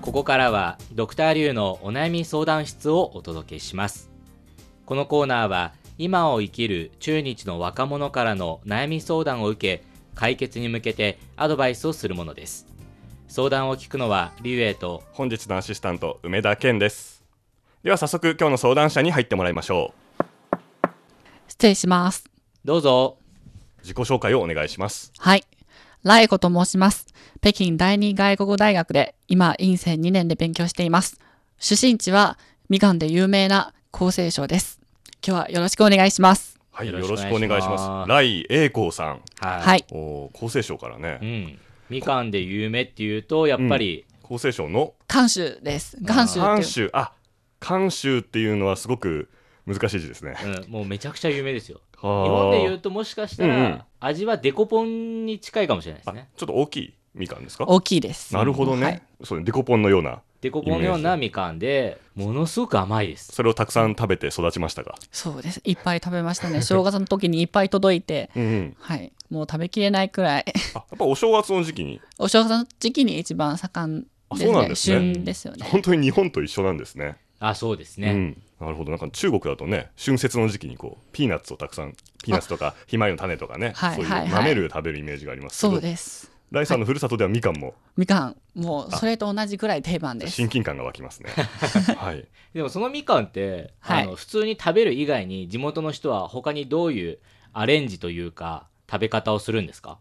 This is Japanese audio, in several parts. ここからはドクターリュウのお悩み相談室をお届けしますこのコーナーは今を生きる中日の若者からの悩み相談を受け解決に向けてアドバイスをするものです相談を聞くのはリュウエイと本日のアシスタント梅田健ですでは早速今日の相談者に入ってもらいましょ失礼します。どうぞう自己紹介をお願いしますはい。ライコと申します。北京第二外国語大学で今、院生2年で勉強しています。出身地はみかんで有名な厚生省です。今日はよろしくお願いします。はいよよろろししくくお願いしますお願いします来英光さんははい。おー厚生省からうねんみかんで有名っていうとやっぱり、厚生省の監修です。監修って監いう。修あ監修っていうのはすごく難しい字ですねうんもうめちゃくちゃ有名ですよ日日本で言うともしかしたら、うんうん味はデコポンに近いかもしれないですねちょっと大きいみかんですか大きいです。なるほどね、はいそうねデコポンのようなデコポンのようなみかんでものすごく甘いですそれをたくさん食べて育ちましたが、そうです。いっぱい食べましたね。正月の時にいっぱい届いて、うんうんはい。もう食べきれないくらい。あ やっぱお正月の時期にお正月の時期に一番盛んあですそうなね。んですね旬ですよね。本当に日本と一緒なんですねあそうですね、うん、なるほどなんか中国だとね春節の時期にこうピーナッツをたくさんピーナッツとかひまわりの種とかね、はいそういはいうはい豆類を食べるイメージがありますけど、そうです。ライさんのふるさとではみかんもみかん、もうそれと同じぐらい定番です。親近感が湧きますねはいでもそのみかんって、はいあの普通に食べる以外に地元の人は他にどういうアレンジというか食べ方をするんですか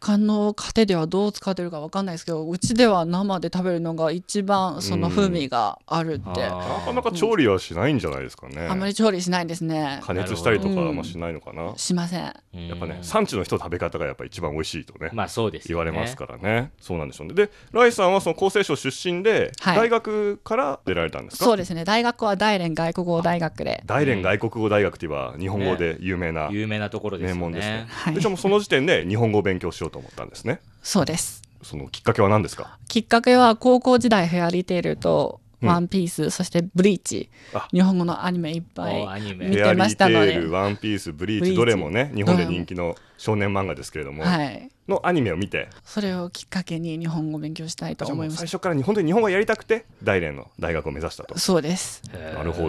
他の家庭ではどう使ってるかわかんないですけど、うちでは生で食べるのが一番その風味があるって、ああなかなか調理はしないんじゃないですかね、まり調理しないですね。加熱したりとかなるほどはしないのかな、しません。ややっぱね産地の人の食べ方がやっぱ一番美味しいとね、まあそうです言よわねれますからねそうなんでしょうねでライさんはその厚生省出身で、はい大学から出られたんですかそうですね。大学は大連外国語大学で、大連外国語大学といえば日本語で有名な有名なところです名よ門ですねね。はいでじゃあもうその時点で日本語を勉強しようと思ったんですね。そうです。そのきっかけは何ですか。きっかけは高校時代フェアリーテールとうんワンピース、そしてブリーチあ、日本語のアニメいっぱおアいニフメ見ェアてリまーしテたのール、で、ワンピース、ブリーブチリーチどれもね日本でどれも人気の少年漫画ですけれども、はい。のアニメを見て、それをきっかけに日本語を勉強したいとあじゃあも思ういま最し初から日本で日本語をやりたくて大連の大学を目指したとた。。そうです。なるほ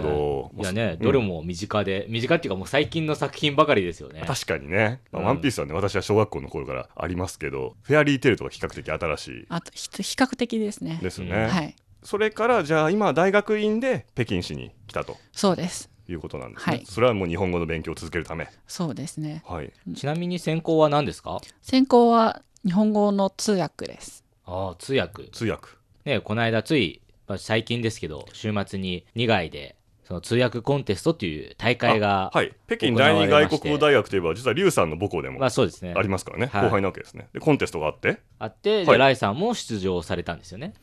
いどやね、うんどれも身近で身近っていうかもう最近の作品ばかりですよね確かにね、まあうんワンピースはね私は小学校の頃からありますけど、フェアリーテールとか比較的新しあとひ比較的ですねいですね。うんはい、それからじゃあ今大学院で北京市に来たとそうです。いうことなんですね。はいそれはもう日本語の勉強を続けるため。そうですね。はい。ちなみに専攻は何ですか専攻は日本語の通訳です。ああ通訳通訳。ねこの間つい、まあ、最近ですけど週末に2外でその通訳コンテストっていう大会があはい、北京行われ第まして二外国語大学といえば実は劉さんの母校でもまあそうですねありますからね、はい後輩なわけですねでコンテストがあってあって、はでいライさんも出場されたんですよね。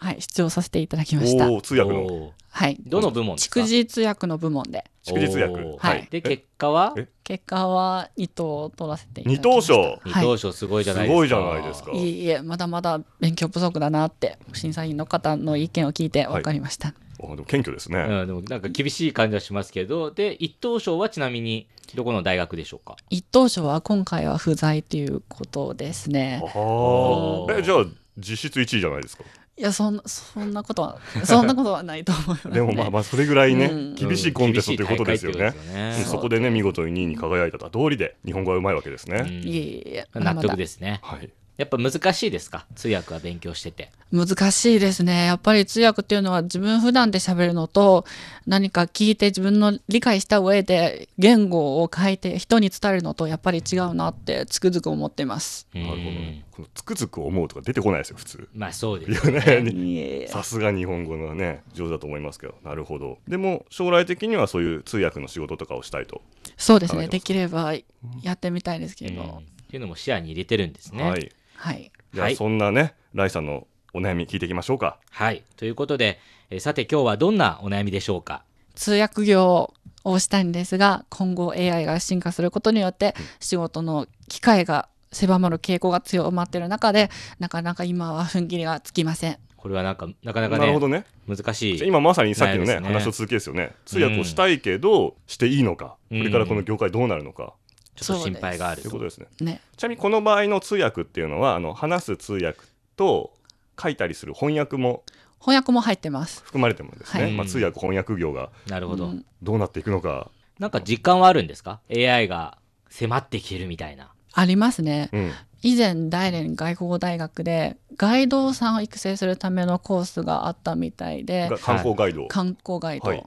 はい、出場させていただきました。おお通訳のおーはい、どの部門ですか蓄字通訳の部門で蓄字通訳おーはいで、結果はえ結果は二等を取らせていただきました。二等二は等い。賞すごいじゃないですすか。ごいじゃないですかいえいえまだまだ勉強不足だなって審査員の方の意見を聞いて分かりました、おでも謙虚ですね、うん、でもなんか厳しい感じはしますけど、で、一等賞はちなみにどこの大学でしょうか一等賞は今回は不在ということですねあおあーえじゃあ実質1位じゃないですかいやそんそんなことはそんなことはないと思います、ね、でもまあまあそれぐらいね、うん厳しいコンテストということですよね,、厳しい大会っていうそここでね見事に2位に輝いたとは通りで日本語はうまいわけですね、とですよねいえいえいえうん納得ですすね。はいやっぱ難しいですか通訳は勉強してて。難しいですねやっぱり通訳っていうのは自分普段で喋るのと何か聞いて自分の理解した上で言語を変えて人に伝えるのとやっぱり違うなってつくづく思ってます。ななるほどねこのつくづく思うとか出てこないですよ普通まあそうですいね。やねいえいえさすが日本語のね上手だと思いますけどなるほどでも将来的にはそういう通訳の仕事とかをしたいと、そうですわかりますねできればやってみたいですけれど、うんっていうのも視野に入れてるんですね。はいはいじゃあはいそんなね、ライさんのお悩み聞いていきましょうか。はい。ということで、えーさて今日はどんなお悩みでしょうか通訳業をしたいんですが今後 AI が進化することによって仕事の機会が狭まる傾向が強まっている中でなかなか今は踏ん切りがつきません。これはなんか、なかななかるねほ、どね。難しじゃあい。今まさにさっきなのねいですね話の続きですよね。通訳をしたいけど、していいのか、うんこれからこの業界どうなるのか、ちょっと心配があるということですね。ね、ちなみにこの場合の通訳っていうのはあの話す通訳と書いたりする翻訳も翻訳も入ってます。含まれてもですね、はいまあ、通訳翻訳業がなるほど、うんどうなっていくのか、なんか実感はあるんですか AI が迫ってきてるみたいなありますね。うん、以前大連外国語大学でガイドさんを育成するためのコースがあったみたいでが観光ガイド、観光ガイド、はい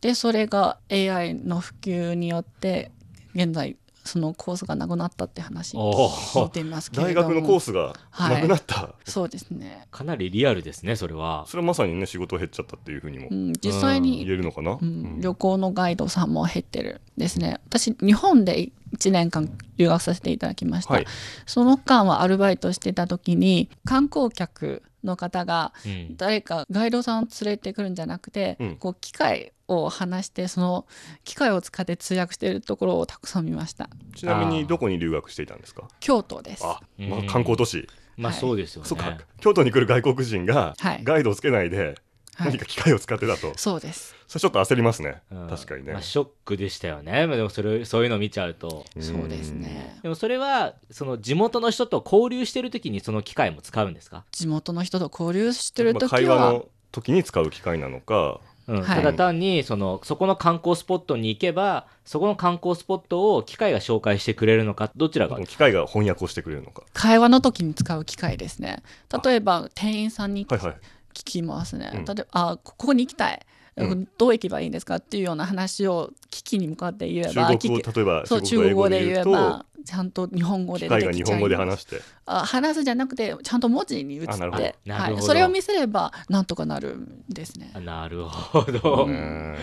でそれが AI の普及によって現在そのコースがなくなったって話おー聞いていますけれ大ども学のコースがなくなった、そうですね、かなりリアルですねそれはそれはまさにね仕事減っちゃったっていうふうにもうん、実際に言えるのかな、ううんん、旅行のガイドさんも減ってるですね私日本で1年間留学させていただきました、はいその間はアルバイトしてた時に観光客の方がうん誰かガイドさんを連れてくるんじゃなくて、うんこう機械を話してその機械を使って通訳しているところをたくさん見ましたちなみあにーどこに留学していたんですか京都ですあ、まあうん観光都市、まあはいそうですよね、そうか京都に来る外国人がはいガイドをつけないではい何か機械を使ってだと、そうですそれちょっと焦りますね、うん確かにね、まあ、ショックでしたよねまあでもそれそういうの見ちゃうとんそうですねでもそれはその地元の人と交流してる時にその機械も使うんですか、地元の人と交流してるまあ時会話は、の時に使う機械なのかうんはいただ単にそのそこの観光スポットに行けばそこの観光スポットを機械が紹介してくれるのかどちらが機械が翻訳をしてくれるのか会話の時に使う機械ですね例えば店員さんにはいはい聞きますね。うん例えばあここに行きたい、うんどう行けばいいんですかっていうような話を聞きに向かって言えば中国聞語例えばきそう中中国国語語英語でで言言えうとばちゃんと日本語機で械出がて日きちゃ本い語でま話すしてあ話すじゃなくてちゃんと文字に移っあなるほどて、なはるほい、どそれを見せればなんとかなるんですね。なるほど、ね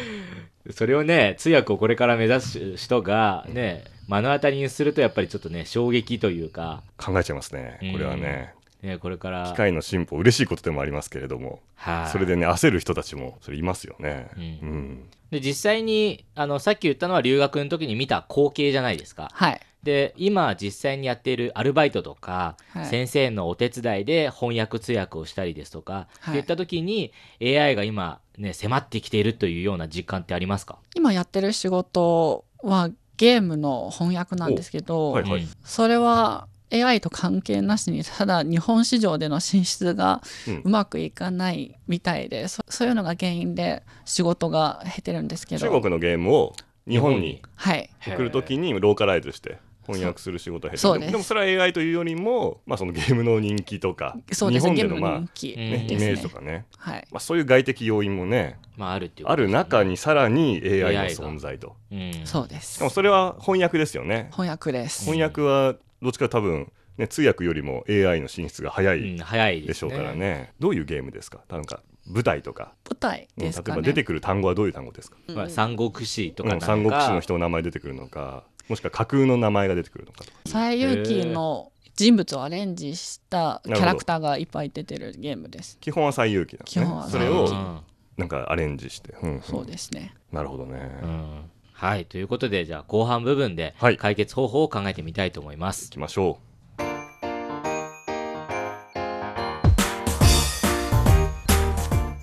それをね通訳をこれから目指す人がね目の当たりにするとやっぱりちょっとね衝撃というか、考えちゃいますねこれはね、ね、これから機械の進歩嬉しいことでもありますけれどもはいそれでね焦る人たちもそれいますよね、うんうんで実際にあのさっき言ったのは留学の時に見た光景じゃないですかはい、で今実際にやっているアルバイトとか、はい先生のお手伝いで翻訳通訳をしたりですとか、っはいていった時に AI が今ね迫ってきているというような実感ってありますか、今やってる仕事はゲームの翻訳なんですけど、はいはいうんそれは AI と関係なしにただ日本市場での進出がうんうまくいかないみたいで、そそういうのが原因で仕事が減ってるんですけど中国のゲームを日本にはい送るときにローカライズして翻訳する仕事は減ってそうるでですもでもそれは AI というよりも、まあ、そのゲームの人気とかそう日ですね本ゲでーの、ムまあの人気うんね、イですねメージとかね、はいまあ、そういう外的要因もねまああるっていうこあとでるすね中にさらに AI の AI が存在とうんそうですでもそれは翻訳ですよね翻訳ですうん翻訳はどっちか多分、ね、通訳よりも AI の進出が早うんい早いででしすょうねからね,、どういうゲームですかなんか舞台とか舞台うんですか例えばね出てくる単語はどういう単語ですかうんまあ、三国志とかなうんんか、三国志の人の名前出てくるのかもしくは架空の名前が出てくるのかとか西遊記の人物をアレンジしたキャラクターがいっぱい出てるゲームです基本は最有機なんです基本はねそ西れ遊記うをんなんかアレンジして、うんうんそうですねなるほどね、う行んはいということでじゃあ後半部分ではい解決方法を考えてみたいと思います、きましょ、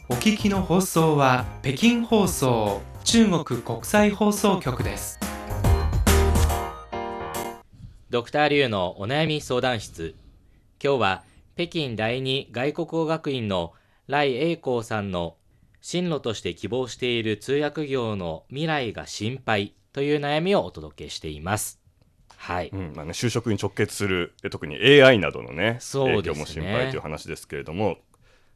お聞きの放送は北京放送中国国際放送局です。ドクターリュウのお悩み相談室今日は北京第二外国語学院の来英光さんの進路として希望している通訳業の未来が心配という悩みをお届けしていますはいううんまあね、就職に直結するで特に AI などのねそう影で響すねも心配という話ですけれども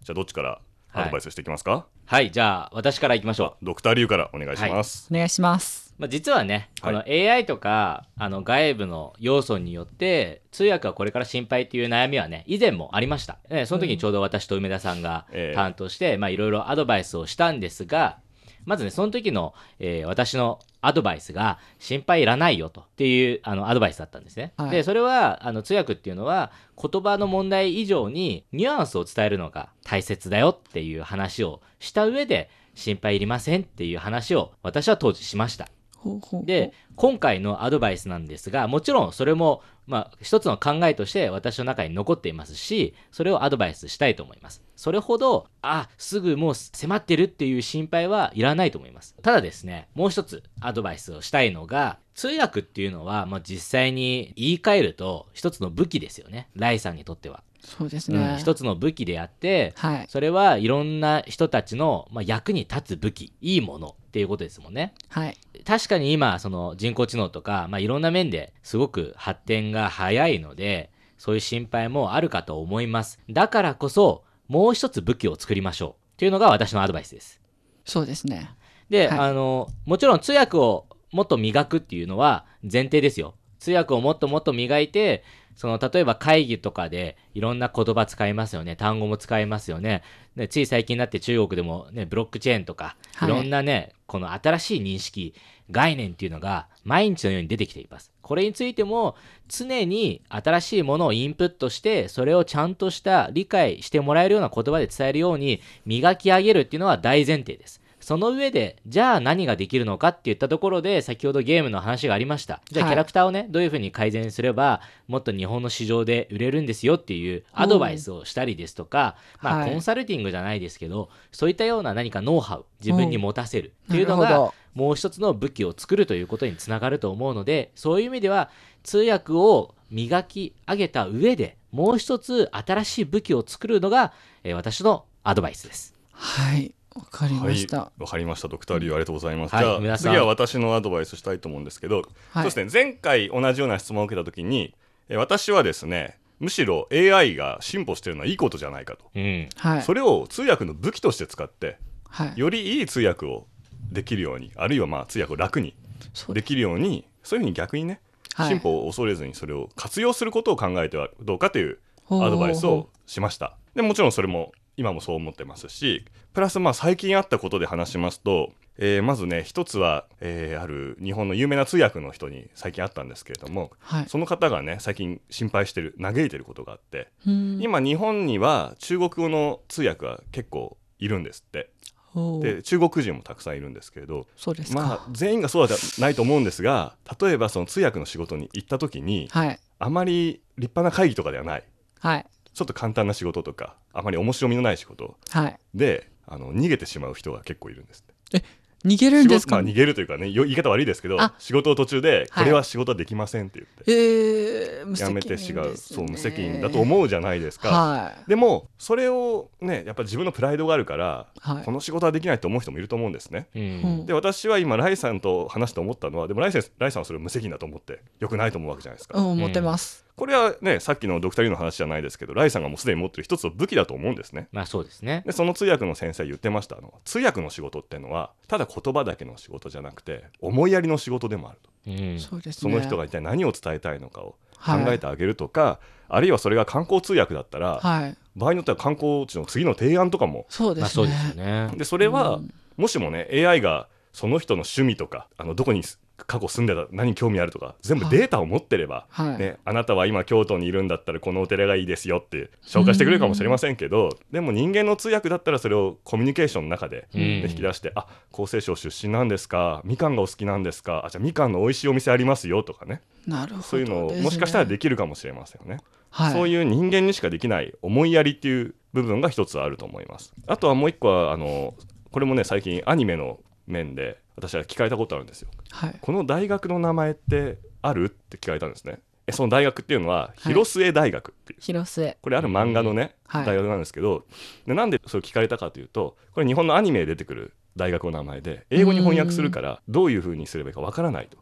じゃあどっちからアドバイスしていきますか、はいじゃあ私からいきましょうドクターリュウからお願いします、お願いしますまあ、実はね、はいこの AI とかあの外部の要素によって通訳はこれから心配という悩みはね以前もありました、ね、その時にちょうど私と梅田さんがええ担当してまあいろいろアドバイスをしたんですがまずねその時の、えー私のアドバイスが心配いらないよとっていうあのアドバイスだったんですね、はいでそれはあの通訳っていうのは言葉の問題以上にニュアンスを伝えるのが大切だよっていう話をした上で心配いりませんっていう話を私は当時しましたほうほうほうで今回のアドバイスなんですがもちろんそれも、まあ、一つの考えとして私の中に残っていますしそれをアドバイスしたいと思いますそれほどあすぐもう迫ってるっていう心配はいらないと思いますただですねもう一つアドバイスをしたいのが通訳っていうのは、まあ、実際に言い換えると一つの武器ですよねライさんにとってはそうですうんね。一つの武器であってはい。それはいろんな人たちの、まあ、役に立つ武器いいものっていうことですもんね。はい。確かに今その人工知能とか、まあ、いろんな面ですごく発展が早いのでそういう心配もあるかと思いますだからこそもう一つ武器を作りましょうというのが私のアドバイスですそうですね。で、はいあのもちろん通訳をもっと磨くっていうのは前提ですよ通訳をもっともっと磨いてその例えば会議とかでいろんな言葉使いますよね単語も使いますよねねつい最近になって中国でも、ね、ブロックチェーンとかはいいろんなね、この新しい認識概念っていうのが毎日のように出てきていますこれについても常に新しいものをインプットしてそれをちゃんとした理解してもらえるような言葉で伝えるように磨き上げるっていうのは大前提ですその上でじゃあ何ができるのかって言ったところで先ほどゲームの話がありましたじゃあはキいャラクターをね、どういうふうに改善すればもっと日本の市場で売れるんですよっていうアドバイスをしたりですとか、うんまあ、はいコンサルティングじゃないですけど、そういったような何かノウハウ自分に持たせるっていうのなるが、ほどもう一つの武器を作るということにつながると思うのでそういう意味では通訳を磨き上げた上でもう一つ新しい武器を作るのが、えー私のアドバイスです。はい。わかりはましいた。わかりましたドクターリュウありがとうございます、はいじゃ皆あさん次は私のアドバイスしたいと思うんですけど、はい。そうですね前回同じような質問を受けた時にえー私はですねむしろ AI が進歩してるのはいいことじゃないかと、うん、はい。それを通訳の武器として使ってはい。よりいい通訳をできるようにあるいはまあ通訳を楽にそうでですきるようにそういうふうに逆にね、はい進歩を恐れずにそれを活用することを考えてはどうかというほうほうほうアドバイスをしましたでもちろんそれも今もそう思ってますしプラスまあ最近あったことで話しますと、えーまずね一つは、えーある日本の有名な通訳の人に最近あったんですけれどもはい。その方がね最近心配してる嘆いてることがあってうん今日本には中国語の通訳は結構いるんですってほうで中国人もたくさんいるんですけれどそうですまかあ。全員がそうじゃないと思うんですが例えばその通訳の仕事に行った時にはい。あまり立派な会議とかではないはい。ちょっと簡単な仕事とかあまり面白みのない仕事はい。であの逃げてしまう人が結構いるんですって逃げるんです仕事まかあ逃げるというかねよ言い方悪いですけどあ仕事を途中ではいこれは仕事はできませんって言って、えー、無責任ですねやめて違うそう無責任だと思うじゃないですか、はい。でもそれをねやっぱ自分のプライドがあるから、はいこの仕事はできないと思う人もいると思うんですねううんんで私は今ライさんと話して思ったのはでもライさんライさんはそれを無責任だと思ってよくないと思うわけじゃないですか、うん思ってます。これはねさっきのドクター・リュウの話じゃないですけどライさんがもうすでに持ってる一つの武器だと思うんですねまあそうですね。でその通訳の先生言ってましたあの通訳の仕事ってのはただ言葉だけの仕事じゃなくて思いやりの仕事でもあるとうん、そうですそね。の人が一体何を伝えたいのかを考はいえてあげるとか、あるいはそれが観光通訳だったら、はい。場合によっては観光地の次の提案とかもそうでまあすそうね。ですよね。でそれは、うんもしもね AI がその人の趣味とかあのどこに過去住んでた何に興味あるとか全部はいデータを持ってれば、はいね、あなたは今京都にいるんだったらこのお寺がいいですよって紹介してくれるかもしれませんけどでも人間の通訳だったらそれをコミュニケーションの中で、うんね引き出して「あ厚生省出身なんですかみかんがお好きなんですかあじゃあみかんの美味しいお店ありますよ」とかねなるほど、そういうのをもしかしたらでき、きるかもしれませんよね。はい、そういいうう人間にしかできない思いやりっていう部分が一つあると思います。あとはもう一個はあのこれもね最近アニメの面で私は聞かれたことあるんですよ。はい、この大学の名前ってあるって聞かれたんですね。えその大学っていうのは広末大学っていう、広末これある漫画のね、はい大学なんですけどでなんでそれ聞かれたかというとこれ日本のアニメで出てくる大学の名前で英語に翻訳するからどういうふうにすればいいかわからないと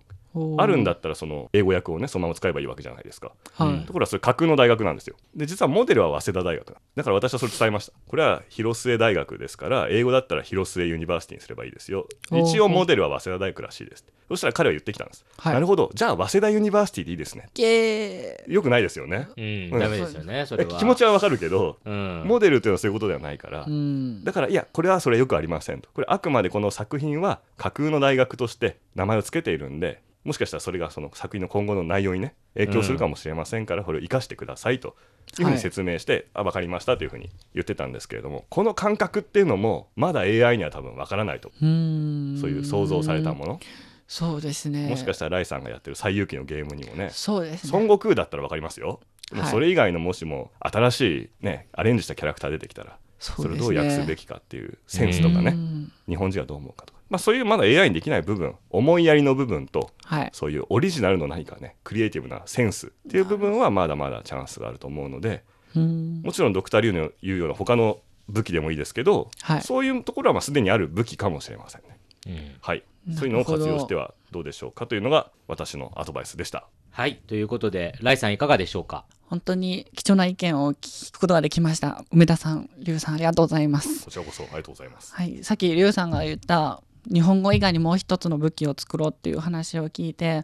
あるんだ、ったらその英語訳をねそのまま使えばいいわけじゃないですか。はいうんところがそれ架空の大学なんですよで実はモデルは早稲田大学だから私はそれ伝えましたこれは広末大学ですから英語だったら広末ユニバーシティにすればいいですよおー一応モデルは早稲田大学らしいですそしたら彼は言ってきたんです、はいなるほどじゃあ早稲田ユニバーシティでいいですねけーよくないですよねうん、うんダメですよね。それえは。気持ちはわかるけど、うん。モデルというのはそういうことではないから、うんだからいやこれはそれよくありませんとこれあくまでこの作品は架空の大学として名前を付けているんでもしかしたらそれがその作品の今後の内容にね影響するかもしれませんから、これを生かしてくださいというふうに説明して、あ分かりましたというふうに言ってたんですけれどもこの感覚っていうのもまだ AI には多分わからないとうんそういう想像されたもの、そうですねもしかししたらライさんがやってる「西遊記」のゲームにもねそうです孫ね悟空だったらわかりますよでもはいそれ以外のもしも新しいねアレンジしたキャラクター出てきたらそそれをどう訳すべききかっていうセンスとかね、ん、日本人はどう思うかとか、まあ、そういうまだ AI にできない部分思いやりの部分とはいそういうオリジナルの何かねクリエイティブなセンスっていう部分はまだまだチャンスがあると思うのでうんもちろんドクター・リュウの言うような他の武器でもいいですけど、はいそういうところはまあすでにある武器かもしれませんね。うんはい、なるほどそういうのを活用してはどうでしょうかというのが私のアドバイスでした。はい。ということで、ライさんいかがでしょうか 本当に貴重な意見を聞くことができました梅田さん龍さんありがとうございますこちらこそありがとうございます。はいさっき龍さんが言った日本語以外にもう一つの武器を作ろうっていう話を聞いて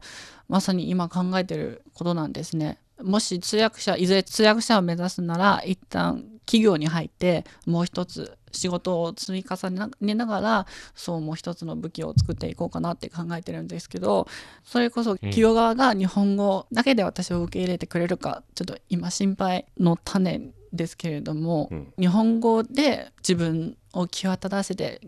まさに今考えてることなんですねもし通訳者いずれ通訳者を目指すなら一旦企業に入ってもう一つ仕事を積み重ねなねながらそうもう一つの武器を作っていこうかなって考えてるんですけどそれこそ企業側が日本語だけで私を受け入れてくれるかちょっと今心配の種ですけれども、うん日本語で自分を際立たせて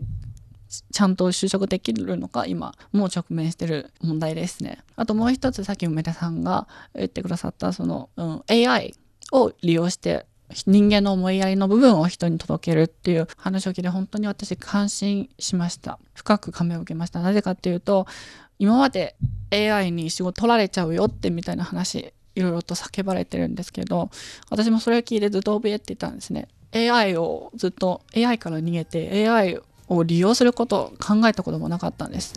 ちちゃんと就職できるのか今もう直面してる問題ですね。あともう一つさっき梅田さんが言ってくださったその、うん、AI を利用して人間の思いやりの部分を人に届けるっていう話を聞いて本当に私感心しました深く感銘を受けましたなぜかっていうと今まで AI に仕事取られちゃうよってみたいな話いろいろと叫ばれてるんですけど私もそれを聞いてずっと怯えてたんですね AI をずっと AI から逃げて AI を利用することを考えたこともなかったんです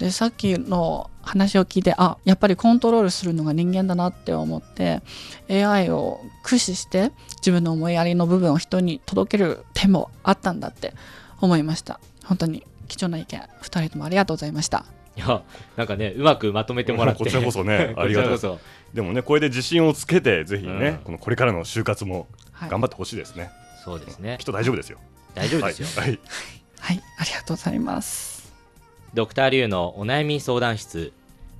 でさっきの話を聞いてあやっぱりコントロールするのが人間だなって思って AI を駆使して自分の思いやりの部分を人に届ける手もあったんだって思いました本当に貴重な意見2人ともありがとうございましたいや、なんかね、うまくまとめてもらって。こちらこそね こちらこそ。でもねこれで自信をつけてぜひね、うんこのこれからの就活もはい頑張ってほしいですね。そうですねきっ。と大丈夫ですよ。大丈夫ですよ。はいはいはい、ありがとうございます。ドクターリュウのお悩み相談室。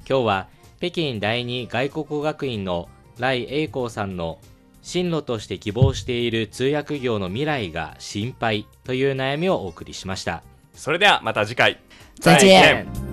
今日は北京第二外国語学院の来英光さんの進路として希望している通訳業の未来が心配という悩みをお送りしました。それではまた次回。再见再见